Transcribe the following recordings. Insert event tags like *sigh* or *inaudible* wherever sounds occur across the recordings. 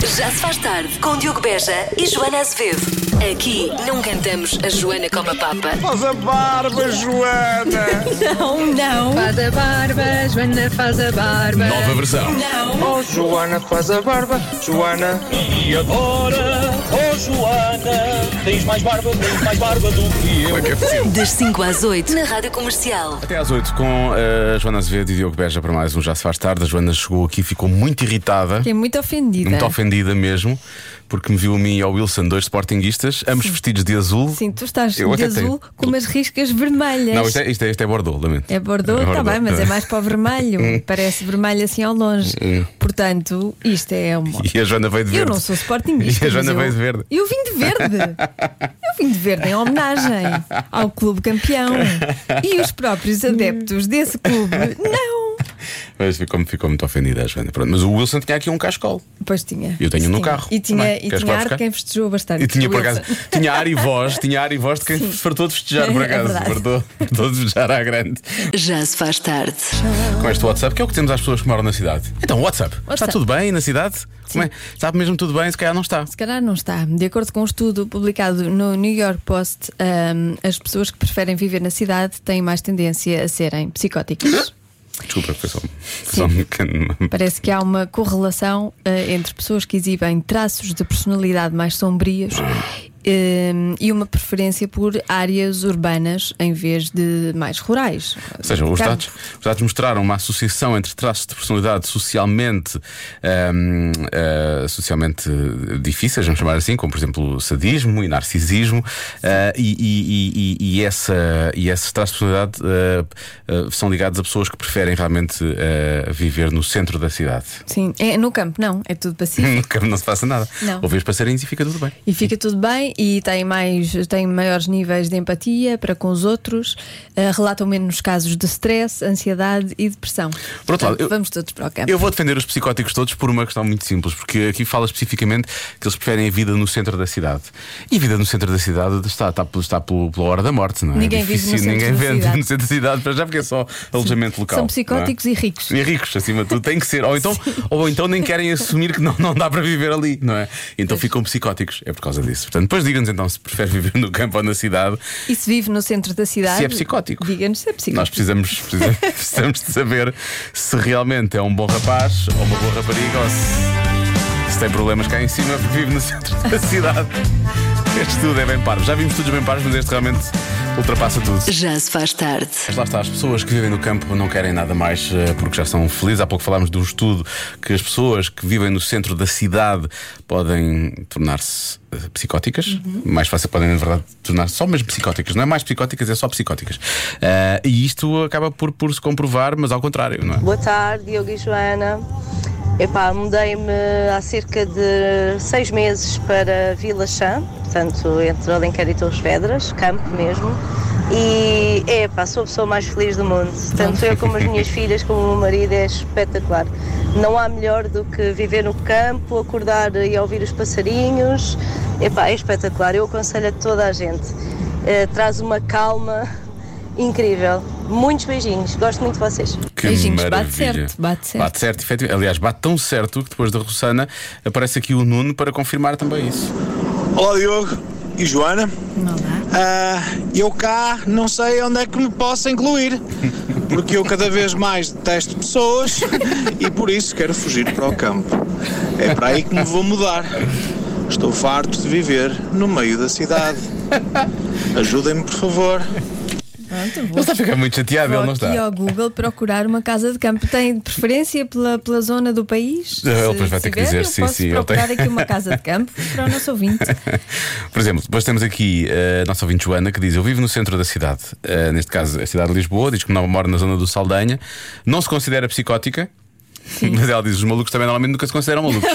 Já se faz tarde com Diogo Beja e Joana Azevedo. Aqui não cantamos a Joana como a Papa. Faz a barba, Joana! Não, não, Faz a barba, Joana faz a barba. Nova versão. não. Oh, Joana, faz a barba, Joana! E agora, oh Joana, tens mais barba, tens mais barba do que é eu. Das 5 às 8 na Rádio Comercial. Até às 8 com a Joana Azevedo e Diogo Beja para mais um Já Se Faz Tarde. A Joana chegou aqui, ficou muito irritada, Fiquei muito ofendida. muito ofendida mesmo, porque me viu a mim e ao Wilson, dois sportinguistas, ambos vestidos de azul. Sim, tu estás Eu de até azul tenho. com umas riscas vermelhas. Não, isto é, isto é, isto é Bordeaux, lamento. É Bordeaux, está bem, mas é mais para o vermelho. Parece vermelho assim ao longe. É. Portanto, isto é uma. *laughs* E a Joana veio de Eu verde. não sou sportinguista. *laughs* E a Joana mas veio eu... de verde. Eu vim de verde. Eu vim de verde em homenagem ao clube campeão. E os próprios adeptos desse clube, não. Mas ficou, ficou muito ofendida a Joana. Pronto, mas o Wilson tinha aqui um cascol. Pois tinha. Eu tenho um Isso no tinha. carro. E tinha, Bem, e queres que tinha vá ar buscar? de quem festejou bastante. E tinha por Wilson. acaso, *laughs* tinha ar e voz, tinha ar e voz de quem se fartou de festejar, por É acaso. verdade. fartou, fartou de festejar à grande. Já se faz tarde. com este WhatsApp, que é o que temos às pessoas que moram na cidade. Então, WhatsApp, está WhatsApp. tudo bem na cidade? Como é? Está mesmo tudo bem? Se calhar não está. Se calhar não está. De acordo com um estudo publicado no New York Post, hum, as pessoas que preferem viver na cidade têm mais tendência a serem *laughs* psicóticas. Desculpa, foi só, foi só um bocadinho. Parece que há uma correlação eh, entre pessoas que exibem traços de personalidade mais sombrios hum, e uma preferência por áreas urbanas em vez de mais rurais. Ou seja, os Campo. dados, os dados mostraram uma associação entre traços de personalidade socialmente, ahm, ah, socialmente difíceis, vamos chamar assim, como por exemplo sadismo e narcisismo, ah, e, e- e- e- e essa, e esses traços de personalidade ah, ah, são ligados a pessoas que preferem realmente ah, viver no centro da cidade. Sim, é no campo, não, é tudo *laughs* pacífico. não se passa nada. Não. Ouvir os passarinhos e fica tudo bem. E fica tudo bem e têm, mais, têm maiores níveis de empatia para com os outros, eh, relatam menos casos de stress, ansiedade e depressão. Por outro lado, Portanto, eu- vamos todos para o campo. Eu vou defender os psicóticos todos por uma questão muito simples, porque aqui fala especificamente que eles preferem a vida no centro da cidade. E a vida no centro da cidade está, está, pelo- está pelo- pela hora da morte, não é? Ninguém é vive difícil, no centro ninguém da vende cidade. no centro da cidade, para já porque é só alojamento local. São psicóticos não é? e ricos. E ricos, acima de tudo, tem que ser. *laughs* Ou então, ou então nem querem assumir que não, não dá para viver ali, não é? Então ficam psicóticos. É por causa disso. Portanto, depois diga-nos então se prefere *laughs* viver no campo ou na cidade. E se vive no centro da cidade. Se é psicótico. Diga-nos se é psicótico. Nós precisamos, precisamos, precisamos de saber se realmente é um bom rapaz ou uma boa rapariga ou se, se tem problemas cá em cima porque vive no *laughs* centro da cidade. Este estudo é bem parvo. Já vimos estudos bem parvos, mas este realmente ultrapassa tudo. Já se faz tarde. Mas lá está, as pessoas que vivem no campo não querem nada mais eh, porque já são felizes. Há pouco falámos de um estudo que as pessoas que vivem no centro da cidade podem tornar-se eh, psicóticas. Uhum. Mais fácil, podem, na verdade, tornar-se só mesmo psicóticas. Não é mais psicóticas, é só psicóticas. Eh, e isto acaba por, por se comprovar, mas ao contrário, não é? Boa tarde, Diogo e Joana. Epá, mudei-me há cerca de seis meses para Vila Chã, portanto, entre Alenquer e Torres Vedras, campo mesmo. E, epá, sou a pessoa mais feliz do mundo. Tanto eu como as minhas filhas, como o meu marido, é espetacular. Não há melhor do que viver no campo, acordar e ouvir os passarinhos. Epá, é espetacular. Eu aconselho a toda a gente. Eh, traz uma calma incrível. Muitos beijinhos. Gosto muito de vocês. Que Beijinhos, bate maravilha. certo, bate certo. Bate certo, efetivamente. Aliás, bate tão certo que depois da Rossana aparece aqui o Nuno para confirmar também isso. Olá Diogo e Joana. Não dá. Ah, eu cá não sei onde é que me posso incluir, porque eu cada vez mais detesto pessoas e por isso quero fugir para o campo. É para aí que me vou mudar. Estou farto de viver no meio da cidade. Ajudem-me, por favor. Pronto, Ele vou. está a ficar muito chateado, ele Vou não aqui está. ao Google procurar uma casa de campo. Tem de preferência pela, pela zona do país? Ele Se- depois vai se ter que tiver, dizer eu sim, posso sim, ele procurar tem. aqui uma casa de campo para o nosso *laughs* ouvinte. Por exemplo, depois temos aqui eh, a nossa ouvinte Joana que diz: Eu vivo no centro da cidade, Eh, neste caso a cidade de Lisboa, diz que não mora na zona do Saldanha, não se considera psicótica, mas ela diz: Os malucos também normalmente nunca se consideram malucos.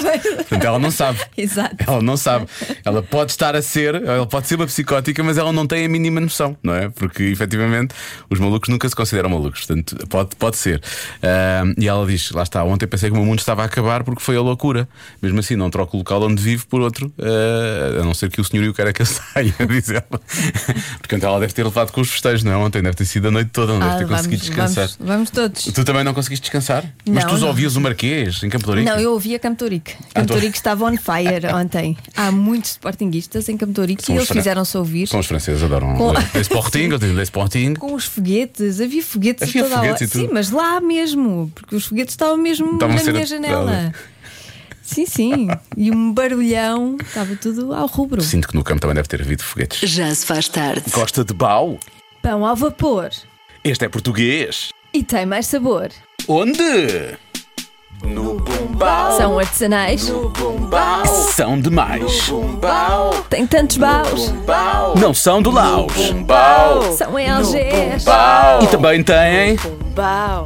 Portanto, ela não sabe. Exato. Ela não sabe. Ela pode estar a ser, ela pode ser uma psicótica, mas ela não tem a mínima noção, não é? Porque efetivamente os malucos nunca se consideram malucos, portanto, pode, pode ser. Ah, e ela diz: lá está, ontem pensei que o meu mundo estava a acabar porque foi a loucura. Mesmo assim, não troco o local onde vivo por outro, ah, a não ser que o senhor e o cara que eu *laughs* saia, diz ela. Portanto, ela deve ter levado com os festejos, não é? Ontem deve ter sido a noite toda, não deve Ah, ter vamos, conseguido descansar. vamos, vamos todos. Tu também não conseguiste descansar? Mas Não, tu os não. ouvias o Marquês em Campo de Ourique? Não, eu ouvi a Ah, Cantorique. então- Cantorique estava on *laughs* fire ontem. Há muitos sportinguistas em Cantorique São e os eles fran- fizeram-se ouvir São os franceses, adoram. Com- Le Sporting, eu tenho Le Sporting. com os foguetes. Havia foguetes Havia a toda foguetes a e hora. Sim, tudo. mas lá mesmo, porque os foguetes estavam mesmo Estavam a na ser minha janela. Sim, sim. E um barulhão, estava tudo ao rubro. Sinto que no campo também deve ter havido foguetes. Já se faz tarde. Gosta de Bau? Pão ao vapor. Este é português. E tem mais sabor. Onde? São artesanais, São demais. têm tantos baus, Não são do Laos. são em Algés. E também têm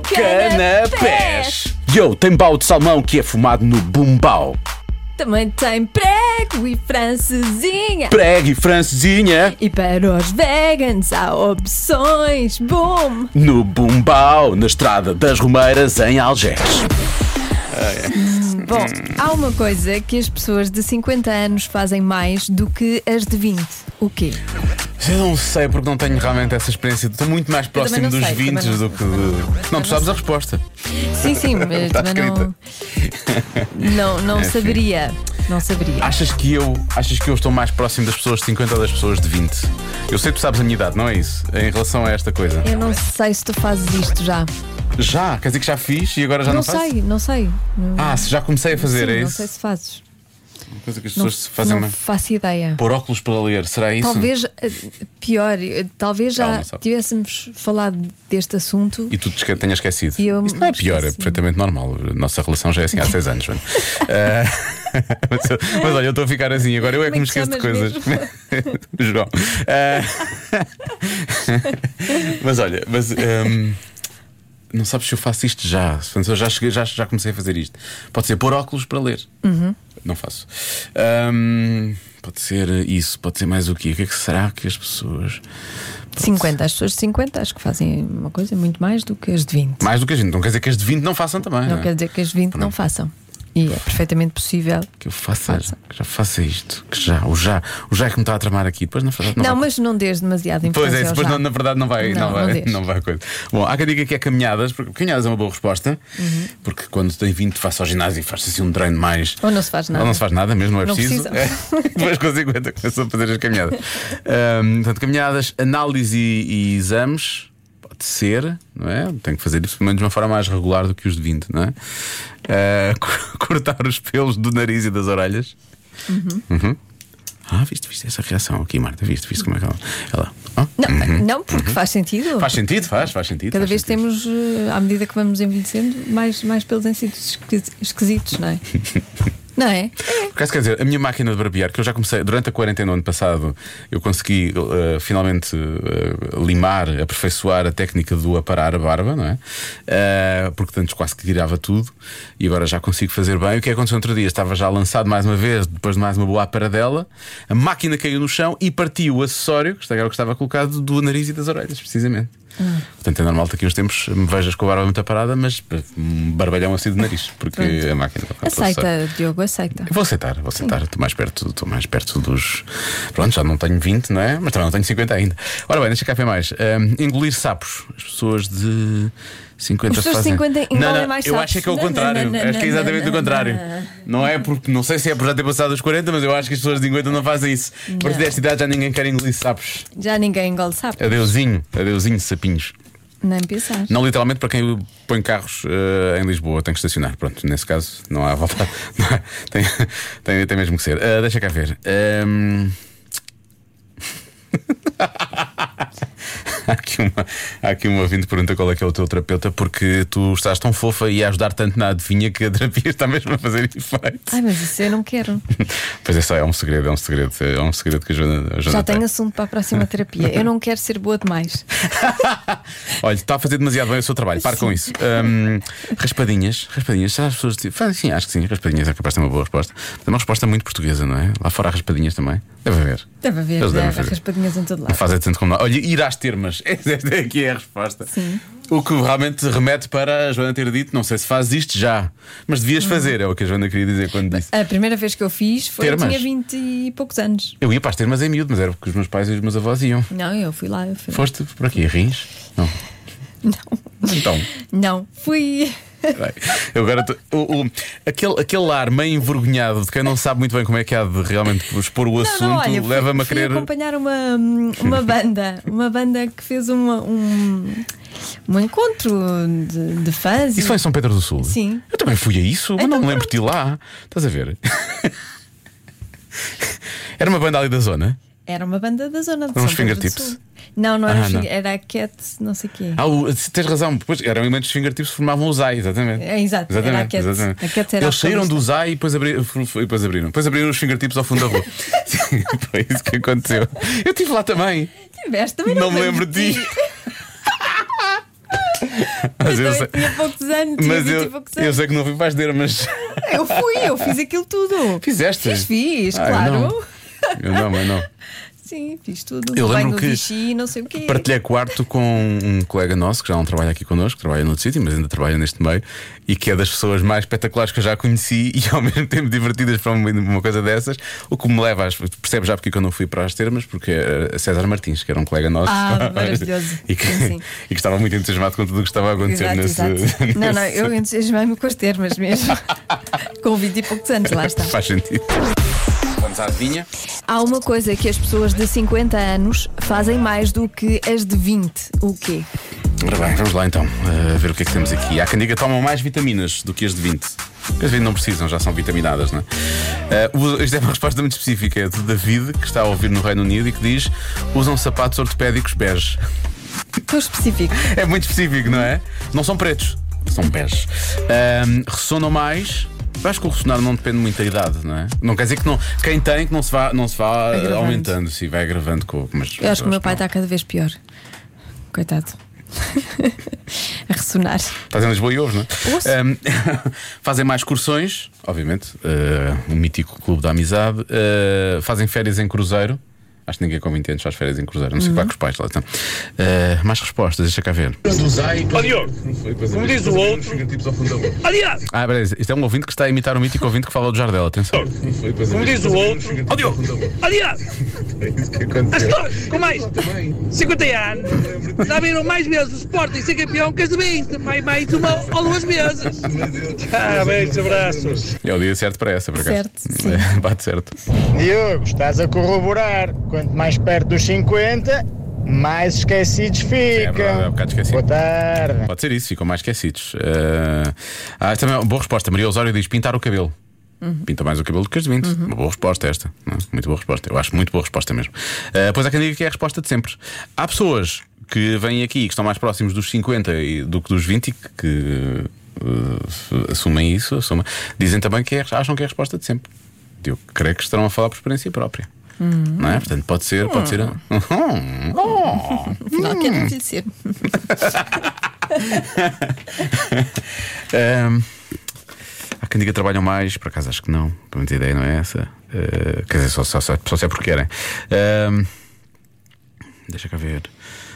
Canapés. canapés. Yo, tem bau de salmão que é fumado no bumbau. Também tem prego e francesinha. Pregue francesinha E para os vegans há opções. Boom! no bumbau, na estrada das Romeiras em Algés. Bom, há uma coisa que as pessoas de 50 anos fazem mais do que as de 20. O quê? Eu não sei porque não tenho realmente essa experiência. Estou muito mais próximo não dos sei, também 20 não- do que. de- Não, tu sabes a resposta. Sim, sim, mas Está também não. Não, não Enfim. saberia. Não saberia. Achas que eu achas que eu estou mais próximo das pessoas de 50 ou das pessoas de 20? Eu sei que tu sabes a minha idade, não é isso? Em relação a esta coisa. Eu não sei se tu fazes isto já. Já, quer dizer que já fiz e agora já não, É. não faço? sei, não sei. Não, Ah, se já comecei a fazer, sim, é não isso? sei se fazes. Coisa que as Não, pessoas fazem. não né? faço ideia. Pôr óculos para ler, será isso? Talvez, eh, pior, eh, talvez Ela já não sabe. tivéssemos falado deste assunto. E tu te esque- tenhas esquecido. E eu Isto não é me pior, é esqueci. perfeitamente normal. A nossa relação já é assim há seis *laughs* anos, Joana. Ah, *laughs* mas, eu- mas olha, eu estou a ficar assim, agora eu é que me Como é que esqueço de coisas. chamas *laughs* João. Ah, *laughs* mas olha, mas. hum, não sabes se eu faço isto já. Se eu já cheguei, já, já comecei a fazer isto. Pode ser pôr óculos para ler. Uhum. Não faço. Hum, pode ser isso, pode ser mais o quê? O que é que será que as pessoas. 50, as pessoas de 50 acho que fazem uma coisa muito mais do que as de 20. Mais do que a gente, não quer dizer que as de 20 não façam também. Não é? quer dizer que as de 20 não façam. E é perfeitamente possível. Que eu faça, que já faça isto, que já, o já, o já é que me está a tramar aqui, depois na verdade não, Não, vai. mas não dês demasiada importância. Pois é, ao depois já. não- na verdade não vai, não, Não, não vai, deixa. *laughs* não vai coisa. Bom, há quem diga que é caminhadas, porque caminhadas é uma boa resposta, Uhum. porque quando tem 20 faço ao ginásio e faço assim um treino mais. Ou não se faz nada. Ou não se faz nada mesmo, não é Não preciso. precisa. *laughs* depois com 50 começo a fazer as caminhadas. Ahm, portanto, caminhadas, análise e, e exames. Pode ser, não é? Tenho que fazer isso, pelo menos de uma forma mais regular do que os de 20, não é? Ah, *laughs* co- cortar os pelos do nariz e das orelhas. Uhum. Ah, viste, viste essa reação aqui, Marta? Viste, viste como é que ela. ela ah? Não, eh, não, porque faz sentido. Faz sentido, faz, faz sentido. Cada faz vez sentido. temos, eh, à medida que vamos envelhecendo, mais, mais pelos em sítios esqui- esquisitos, *laughs* não é? não é? Por acaso, quer dizer, a minha máquina de barbear, que eu já comecei durante a quarentena do ano passado, eu consegui eh, finalmente eh, limar, aperfeiçoar a técnica do aparar a barba, não é? Eh, porque antes quase que tirava tudo e agora já consigo fazer bem. O que aconteceu outro dia? Estava já lançado mais uma vez, depois de mais uma boa aparadela, a máquina caiu no chão e partiu o acessório, que era o que estava colocado, do nariz e das orelhas, precisamente. Portanto, é normal que aqui uns tempos me vejas com a barba muito aparada, mas eh, um barbalhão assim de nariz, porque a máquina. Aceita, Diogo, aceita. Eu Vou aceitar, vou aceitar. Estou mais, perto, estou mais perto dos. Pronto, já não tenho 20, não é? Mas também não tenho 50 ainda. Ora bem, deixa cá ver mais. Ahm, engolir sapos. As pessoas de 50 As pessoas de fazem. 50 engolem não, não, mais Eu sapos. acho é que é o Não, não, contrário. não, não, acho que é não, exatamente não, o contrário. Não. é porque. Não sei se é por já ter passado os 40, mas eu acho que as pessoas de 50 não fazem isso. A partir desta idade já ninguém quer engolir sapos. Já ninguém engole sapo, Adeusinho, adeusinho, sapinhos. nem pensar. Não literalmente para quem põe carros eh, em Lisboa, tem que estacionar. Pronto, nesse caso não há volta. *laughs* Não há- tem, tem, tem mesmo que ser. Eh, deixa cá ver. Ehm. *laughs* Há aqui, uma, há aqui uma ouvinte que pergunta qual é que é o teu terapeuta, porque tu estás tão fofa e a ajudar tanto na adivinha que a terapia *laughs* está mesmo a fazer efeito. Ai, mas isso eu não quero. Pois é, só é um segredo, é um segredo, é um segredo que a Joana. a Joana Já tenho tem. assunto para a próxima terapia. Eu não quero ser boa demais. *laughs* Olha, está a fazer demasiado bem o seu trabalho, para com isso. Ahm, raspadinhas, raspadinhas, será as pessoas. que- fazem- Sim, acho que sim, raspadinhas é capaz de ter uma boa resposta. Mas é uma resposta muito portuguesa, não é? Lá fora há raspadinhas também. Deve haver. Deve haver Eles devem né, fazer. raspadinhas em todo Não lado. fazem tanto como nós. Olha, ir às *laughs* termas. Esta é aqui é a resposta. Sim. O que realmente remete para a Joana ter dito, não sei se fazes isto já, mas devias fazer, é o que a Joana queria dizer quando disse. A primeira vez que eu fiz foi eu Termas. tinha 20 e poucos anos. Eu ia para as termas em miúdo, mas era porque os meus pais e os meus avós iam. Não, eu fui lá, eu fui. Foste por aqui, rins? Não. *laughs* Não. Então. Não, fui. Bem, eu agora tô- o- o- aquele, aquele ar meio envergonhado de quem não sabe muito bem como é que há de realmente expor o assunto não, não, olha, fui- leva-me a fui querer. acompanhar uma, uma banda, uma banda que fez uma, um, um encontro de, de fãs. Isso foi em São Pedro do Sul? Sim. Eu também fui a isso, mas não Então me lembro de ti lá. Estás a ver? *laughs* Era uma banda ali da zona. Era uma banda da zona de Uns São Pedro do fingertips? Sul. Não, não era, Ah, os não. fing- era a Cat, não sei o quê. Ah, o- tens razão, pois eram imensos fingertips que formavam o ZAI, exatamente. É, exato, era a Cat. A Cat era Eles saíram vocalista. do ZAI e depois, abri- e depois abriram. Depois abriram os fingertips ao fundo da rua. *laughs* Sim, foi isso que aconteceu. Eu estive lá também. Tiveste, também Não me lembro de ti. *laughs* Mas eu *laughs* Eu também sei- tinha tipo poucos anos, tinha Mas 20 e eu, poucos eu anos. sei que não fui para *laughs* as mas Eu fui, eu fiz aquilo tudo. fizeste. Fiz, fiz, Ah, eu claro. não. Eu não, mas não. Sim, fiz tudo. Eu Banho lembro do que Vichy, não sei o quê. Partilhei quarto com um colega nosso que já não trabalha aqui connosco, que trabalha noutro sítio, mas ainda trabalha neste meio e que é das pessoas mais espetaculares que eu já conheci *laughs* e ao mesmo tempo divertidas para uma, uma coisa dessas. O que me leva às. Percebes já porque é que eu não fui para as termas? Porque era César Martins, que era um colega nosso. *laughs* Ah, maravilhoso. E que, Sim, sim. e que estava muito entusiasmado com tudo o que estava a acontecer Exato, nesse. *laughs* exato. Não, não, nesse- eu entusiasmei-me com as termas *laughs* mesmo. com 20 e poucos anos, lá está. Faz sentido. Vamos à adivinha? Há uma coisa que as pessoas de 50 anos fazem mais do que as de 20. O quê? Ora bem, vamos lá então, uh, ver o que é que temos aqui. Há quem diga que tomam mais vitaminas do que as de 20. As de 20 não precisam, já são vitaminadas, não é? Uh, usa- isto é uma resposta muito específica, é do David, que está a ouvir no Reino Unido e que diz: usam sapatos ortopédicos bege. Estou específico. *laughs* É muito específico, não é? Não são pretos, são bege. Um, ressonam mais. Eu Acho que o ressonar não depende muito da idade, não é? Não quer dizer que não, quem tem que não se vá, não se vá uh, Agravando. aumentando, sim, vai agravando com. Mas, Eu acho que o meu pai não. está cada vez pior. Coitado. *laughs* a ressonar. Estás em Tá Lisboa e ouves, não Ouço. é? Ahm, *laughs* fazem mais excursões, obviamente, o um mítico clube da amizade. ah, fazem férias em cruzeiro. Acho que ninguém com 20 anos faz férias em cruzeiro, não sei lá que os pais lá estão. Ah, mais respostas, deixa cá ver. Ó Diogo, como diz o outro. Aliás, Ah, peraí, isto é um ouvinte que está a imitar o mítico ouvinte que fala do Jardel, atenção. como é. diz o outro. Ó Oh, Diogo, aliás. As pessoas com mais 50 anos já viram mais vezes o Sporting ser campeão que as de 20. Mais, mais uma ou duas vezes. Ah, beijos, abraços. É o dia certo para essa, por acaso. Certo, sim. É, *laughs* Bate certo. Diogo, estás a corroborar. Quanto mais perto dos 50, mais esquecidos É verdade, é um ficam. bocado esquecido. Boa tarde. Pode ser isso, ficam mais esquecidos. Ah, ah, esta também é uma boa resposta. Maria Osório diz pintar o cabelo. Pinta mais o cabelo do que as de 20. Uma boa resposta esta. não é? Muito boa resposta. Eu acho muito boa resposta mesmo. Ah, pois há quem diga que é a resposta de sempre. Há pessoas que vêm aqui que estão mais próximos dos 50 e- do que dos 20 e que. ah, assumem isso, assumem. dizem também que é- acham que é a resposta de sempre. Eu creio que estarão a falar por experiência própria. Não é? Portanto, pode ser, pode ser. *laughs* Uhum. Oh. Não quero envelhecer. Ahm, há quem diga que trabalham mais, por acaso acho que não, pelo menos a ideia não é essa. Ah, quer dizer, só, só, só, só se é porque querem. Ahm, deixa cá ver.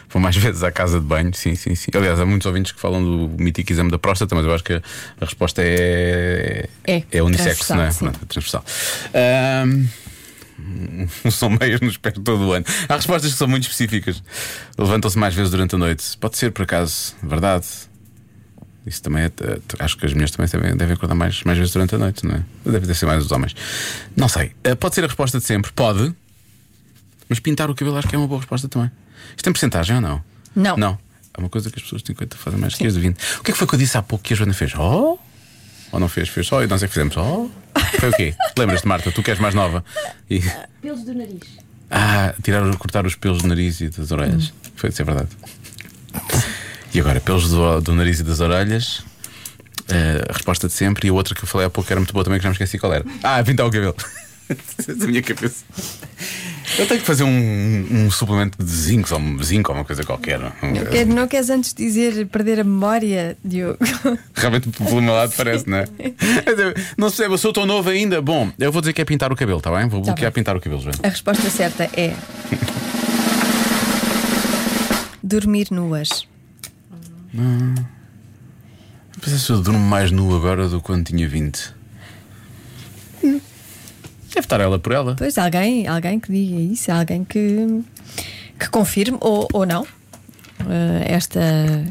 Vão mais *laughs* vezes à casa de banho, sim, sim, sim. Aliás, há muitos ouvintes que falam do mítico exame da próstata, mas eu acho que a, a resposta é. É, é unissex, transversal, não é? sim. Pronto, é transversal. *laughs* Ahm, são meias nos pés todo o ano. Há respostas que são muito específicas. Levantam-se mais vezes durante a noite. Pode ser, por acaso, verdade. Isso também é. t- t- Acho que as mulheres também devem, devem acordar mais, mais vezes durante a noite, não é? Deve ser mais os homens. Não sei. Eh, Pode ser a resposta de sempre? Pode. Mas pintar o cabelo acho que é uma boa resposta também. Isto tem porcentagem ou não? Não. Não. É uma coisa que as pessoas de 50 fazem mais que as de 20. O que é que foi que eu disse há pouco que a Joana fez? Oh? Ou não fez? Fez só e nós é que fizemos. Oh? Foi o quê? Te Lembras-te, Marta? Tu que és mais nova. E... Pelos do nariz. Ah, tirar, cortar os pelos do nariz e das orelhas. Foi isso, é verdade. E agora, pelos do, do nariz e das orelhas. eh, a resposta de sempre. E a outra que eu falei há pouco que era muito boa também, que já me esqueci qual era. Ah, pintar o cabelo. *laughs* da minha cabeça. Eu tenho que fazer um, um suplemento de zinco ou um zinco ou uma coisa qualquer. Um, Não quer- Não queres antes dizer perder a memória, Diogo? Realmente, pelo meu lado, parece, não é? Mas eu- Não se percebe, eu sou tão novo ainda. Bom, eu vou dizer que é pintar o cabelo, está bem? Vou bloquear bem. pintar o cabelo, Joana. A resposta certa é. Dormir nuas. Pensa se eu durmo mais nu agora do que quando tinha 20. Deve estar ela por ela. Pois, alguém, alguém que diga isso, alguém que, que confirme ou, ou não. eh, esta,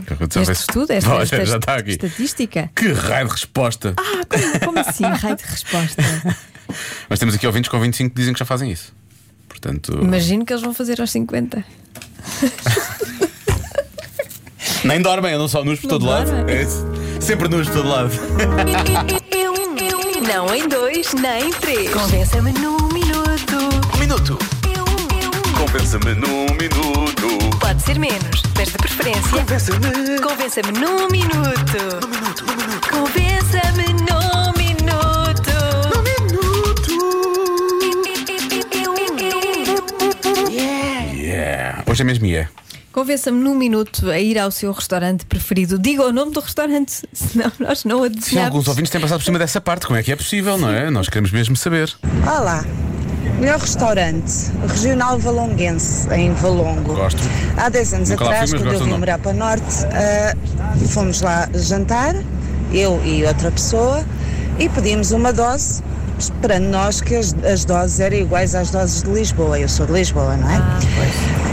que aconteceu? este Vai-se- estudo, esta, Olha, esta já está aqui. estatística. Que raio de resposta! Ah, como, como assim? Raio de *laughs* resposta. Mas temos aqui ouvintes com 25 que dizem que já fazem isso. Portanto, Imagino que eles vão fazer aos 50. nem dormem, andam só nus por Não todo lado. dormem. É isso. Sempre nus por todo lado. Não em dois, nem em três. Convença-me num minuto. Um minuto. Compensa-me num minuto. Pode ser menos, mas de preferência. Compensa-me. Convença-me num minuto. Num minuto, num minuto. Convença-me num minuto. Num minuto. Yeah. Hoje é mesmo e é. Convença-me num minuto a ir ao seu restaurante preferido. Diga o nome do restaurante, senão nós não Sim, alguns adivinhamos. ouvintes têm passado por cima dessa parte. Como é que é possível, não é? Nós queremos mesmo saber. Olá. Melhor restaurante regional valonguense em Valongo. Gosto. Há 10 anos Nunca lá atrás, fui, mas quando gosto eu do vim nome. morar para o norte, ah, fomos lá jantar, eu e outra pessoa, e pedimos uma dose, esperando nós que as, as doses eram iguais às doses de Lisboa. Eu sou de Lisboa, não é?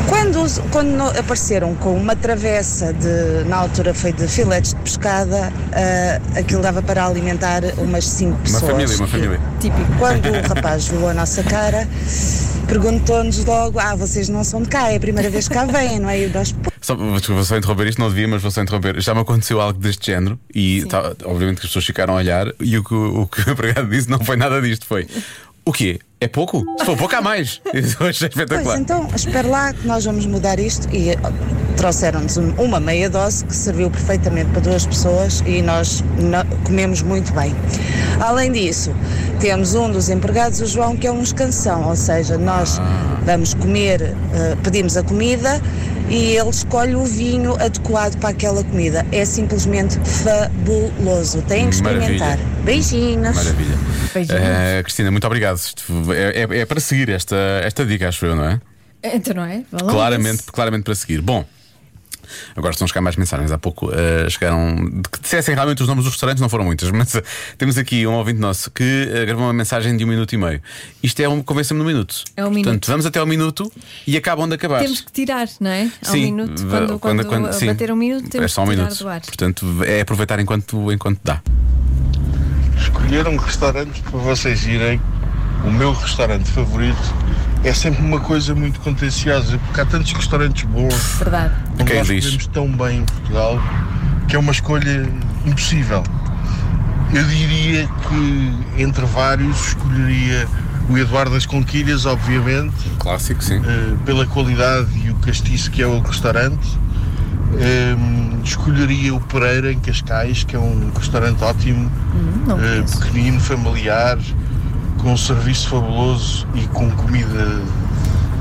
Quando, os- quando no- apareceram com uma travessa de, na altura foi de filetes de pescada, ah, aquilo dava para alimentar umas 5 Uma pessoas. família, uma família. Típico. Quando o rapaz viu a nossa cara, perguntou-nos logo: Ah, vocês não são de cá, é a primeira vez que cá vêm, não é? E nós, "Pô, Só, desculpa, vou só interromper isto, não devia, mas vou só interromper. Já me aconteceu algo deste género e tá- obviamente que as pessoas ficaram a olhar e o que o, que o empregado disse não foi nada disto, foi o quê? É pouco? Se for pouco, há mais. *laughs* Isso eu achei espetacular. Pois então, espera lá que nós vamos mudar isto. E oh, trouxeram-nos um- uma meia dose que serviu perfeitamente para duas pessoas e nós no- comemos muito bem. Além disso, temos um dos empregados, o João, que é um escansão, ou seja, nós Ah. vamos comer, eh, pedimos a comida e ele escolhe o vinho adequado para aquela comida. É simplesmente fabuloso. Têm que experimentar. Maravilha. Beijinhos. Maravilha. Beijinhos. Eh, Cristina, muito obrigado. Isto é, é- é para seguir esta, esta dica, acho eu, não é? Então não é? Valonguense. Claramente, claramente para seguir. Bom. Agora estão a chegar mais mensagens. Há pouco eh, chegaram. de Que dissessem realmente os nomes dos restaurantes, não foram muitas, *laughs* mas eh, temos aqui um ouvinte nosso que eh, gravou uma mensagem de um minuto e meio. Isto é um convença-me no minuto. É um Portanto, minuto. vamos até ao minuto e acabam de acabar. Temos que tirar, não é? Ao Sim, minuto, v- quando, quando, sim. bater um minuto, temos é só um que tirar minuto. do ar. Portanto, é aproveitar enquanto, enquanto dá. Escolher um restaurante para vocês irem. O meu restaurante favorito é sempre uma coisa muito contenciosa, porque há tantos restaurantes bons, Verdade. onde Quem nós diz? comemos tão bem em Portugal, que é uma escolha impossível. Eu diria que entre vários escolheria o Eduardo das Conquilhas, obviamente, Clássico, sim. eh, pela qualidade e o castiço que é o restaurante. Em, escolheria o Pereira em Cascais, que é um restaurante ótimo, não eh, conheço. pequenino, familiar, com um serviço fabuloso e com comida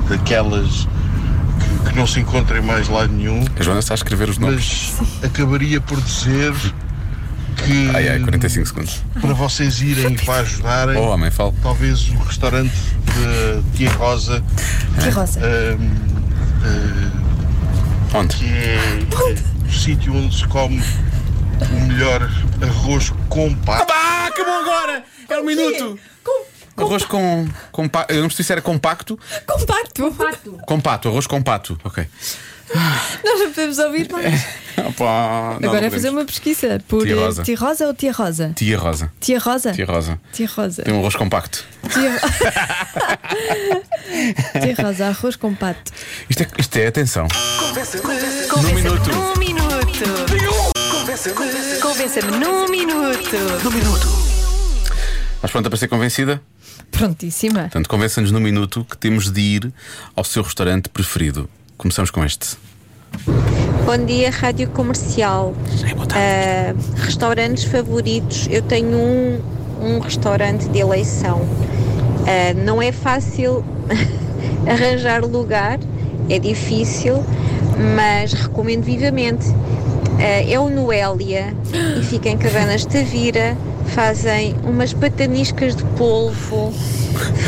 daquelas que, que não se encontra em mais lado nenhum. A Joana está a escrever os nomes. Mas acabaria por dizer que Ai ai, 45 segundos. para vocês irem e para ajudarem, Oh, homem, fala. talvez o restaurante de Tia Rosa. Que rosa. É. em, eh, Onde? que é o sítio onde se come o melhor arroz com pato. Ah, acabou agora! É um minuto! Arroz com, com pa- Eu não sei se era compacto. Compacto. Com pato, arroz com pato. Ok. *laughs* Nós não podemos ouvir mais. Opa, Ah, Agora não, não é fazer podemos. uma pesquisa por Tia eh, Rosa. Tia Rosa ou Tia Rosa? Tia Rosa. Tia Rosa? Tia Rosa. Tia Rosa. Tem um arroz compacto. Tia... *laughs* Tia Rosa, arroz com pato. Isto é, isto é atenção. Convença-me num minuto. Convença-me num minuto. Mas pronto, para ser convencida? Prontíssima. Portanto, convença-nos no minuto que temos de ir ao seu restaurante preferido. Começamos com este. Bom dia, Rádio Comercial. Ah, restaurantes favoritos. Eu tenho um, um restaurante de eleição. Ah, não é fácil *laughs* arranjar lugar, é difícil, mas recomendo vivamente. Ah, é o Noélia e fica em Cabanas de Tavira. Fazem umas pataniscas de polvo,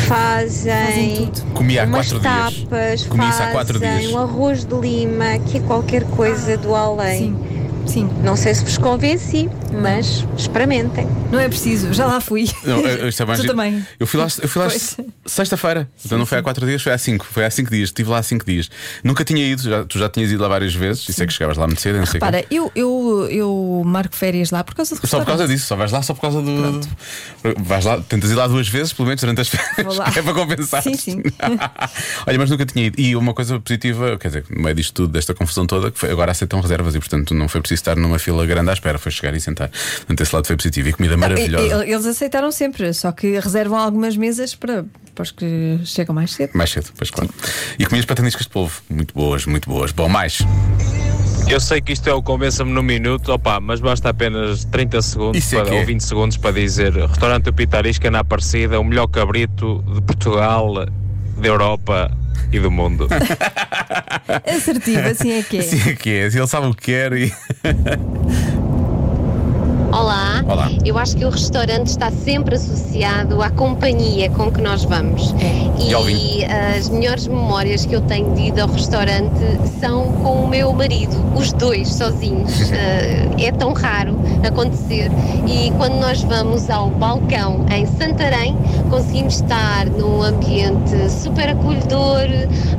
fazem, Comi há umas quatro tapas, dias. Comi isso há quatro fazem dias. um arroz de lima, que é qualquer coisa do além. Sim. Não sei se vos convenci, mas experimentem. Não é preciso, já lá fui. Não, eu- *laughs* eu- isto é mais tu giro. também. Eu fui lá, eu fui lá Pois. sexta-feira. Então não foi há quatro dias, foi há cinco. Foi há cinco dias. Estive lá há cinco dias. Nunca tinha ido, já- tu já tinhas ido lá várias vezes. Isso é que chegavas lá muito cedo, não sei o quê. Repara, eu, eu, eu marco férias lá por causa do Só por causa restaurante. disso, só vais lá só por causa do. Vais lá, tentas ir lá duas vezes, pelo menos durante as Vou férias. lá. *laughs* É para compensar. Sim, sim. *laughs* Olha, mas nunca tinha ido. E uma coisa positiva, quer dizer, no meio disto tudo, desta confusão toda, que foi, agora aceitam reservas e, portanto, não foi preciso estar numa fila grande à espera, foi chegar e sentar. Portanto, esse lado foi positivo. E comida maravilhosa. E- e- Eles aceitaram sempre, só que reservam algumas mesas para, para os que chegam mais cedo. Mais cedo, pois claro. E comias pataniscas de polvo. Muito boas, muito boas. Bom, mais. Eu sei que isto é o convença-me no minuto, opá, Ah, mas basta apenas 30 segundos Isso é para- que é. ou 20 segundos para dizer Restaurante Pitarisca na Aparecida, o melhor cabrito de Portugal, da Europa e do mundo. Assertivo, assim é que é. Assim é que é, ele sabe o que quer e. Olá. Olá. Eu acho que o restaurante está sempre associado à companhia com que nós vamos. eh, E ao vinho. as melhores memórias que eu tenho de ir ao restaurante são com o meu marido, os dois *laughs* sozinhos. Eh, é tão raro acontecer. E quando nós vamos ao balcão em Santarém, conseguimos estar num ambiente super acolhedor,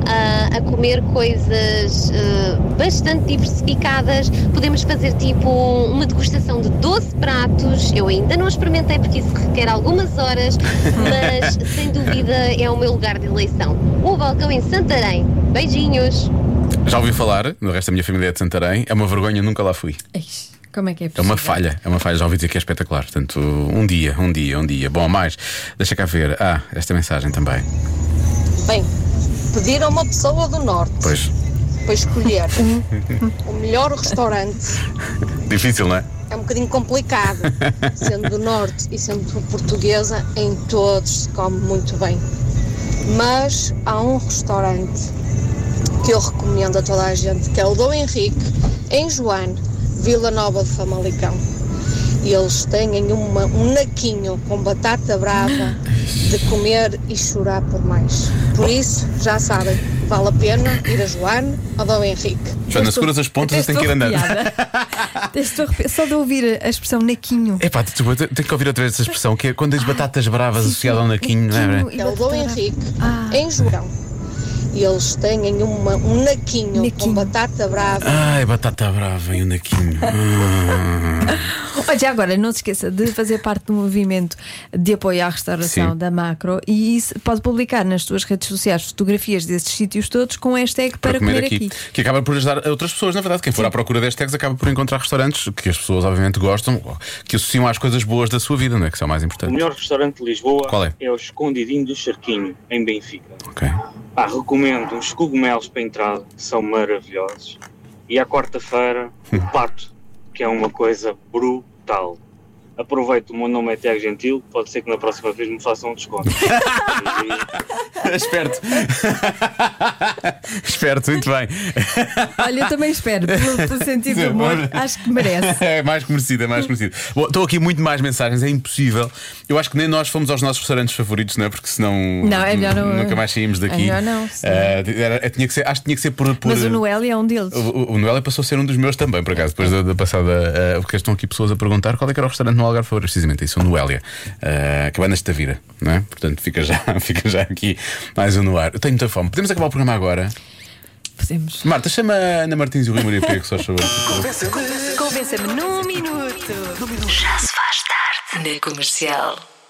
ah, a comer coisas eh, bastante diversificadas. Podemos fazer tipo um- uma degustação de 12 pratos. Eu ainda não experimentei porque isso requer algumas horas, mas sem dúvida é o meu lugar de eleição. O balcão em Santarém. Beijinhos! Já ouvi falar, no resto da minha família é de Santarém, é uma vergonha, nunca lá fui. Eis, Como é que é É possível? uma falha, é uma falha, já ouvi dizer que é espetacular. Portanto, um dia, um dia, um dia. Bom, mais, deixa cá ver. Ah, esta mensagem também. Bem, pedir a uma pessoa do norte Pois, para escolher o melhor restaurante difícil, não é? é um bocadinho complicado. Sendo do norte e sendo portuguesa, em todos se come muito bem. Mas há um restaurante que eu recomendo a toda a gente, que é o Dom Henrique, em Joane, Vila Nova de Famalicão. E eles têm uma- um naquinho com batata brava de comer e chorar por mais. Por isso, já sabem, vale a pena ir a Joane ou Dom Henrique. Joana, seguras as pontas e tem que ir andando. Estou arrepi- Só de ouvir a expressão naquinho. *laughs* Epá, tu- tu- tenho que ouvir outra vez essa expressão, que é quando as batatas bravas associadas ao naquinho, não é? É o Dom Henrique, em João. E eles têm uma, um naquinho, com batata brava. Ai, batata brava e o naquinho. Ah. Olha, já agora, não se esqueça de fazer parte do movimento de apoio à restauração Sim. da Macro e isso pode publicar nas suas redes sociais fotografias desses sítios todos com hashtag para, comer, aqui. Que acaba por ajudar a outras pessoas, na verdade. Quem for à procura destes tags acaba por encontrar restaurantes que as pessoas, obviamente, gostam, que associam às coisas boas da sua vida, não é? Que são mais O importantes. melhor restaurante de Lisboa Qual é? o Escondidinho do Charquinho, em Benfica. Ok. Pá, recomendo os cogumelos para entrada, que são maravilhosos. E à quarta-feira, o pato, que é uma coisa brutal. Aproveito, o meu nome é Tiago Gentil, pode ser que na próxima vez me façam um desconto. Esperto. *laughs* Esperto, muito bem. Olha, eu também *laughs* espero, pelo, pelo sentido de humor, acho que merece. É mais que merecida, mais que merecida. Bom, Estou aqui muito mais mensagens, é impossível. Eu acho que nem nós fomos aos nossos restaurantes favoritos, não é? Porque senão Não, é melhor não- nunca mais saímos daqui. é melhor não, sim. Ah, era- é- tinha que ser, acho que tinha que ser por. por- Mas o Noel é um deles. o, o- o Noel passou a ser um dos meus também, por acaso, depois da, da passada. ah, porque estão aqui pessoas a perguntar qual é que era o restaurante no Algarve favorito, precisamente isso, o Noélia. Uh, Cabanas de Tavira, não é? Portanto, fica já, *laughs* fica já aqui mais um no ar. Eu tenho muita fome. Podemos acabar o programa agora? Podemos. Marta, chama a Ana Martins e o Rui Maria Pego, só favor. Convença-me num minuto. Já se faz tarde na comercial.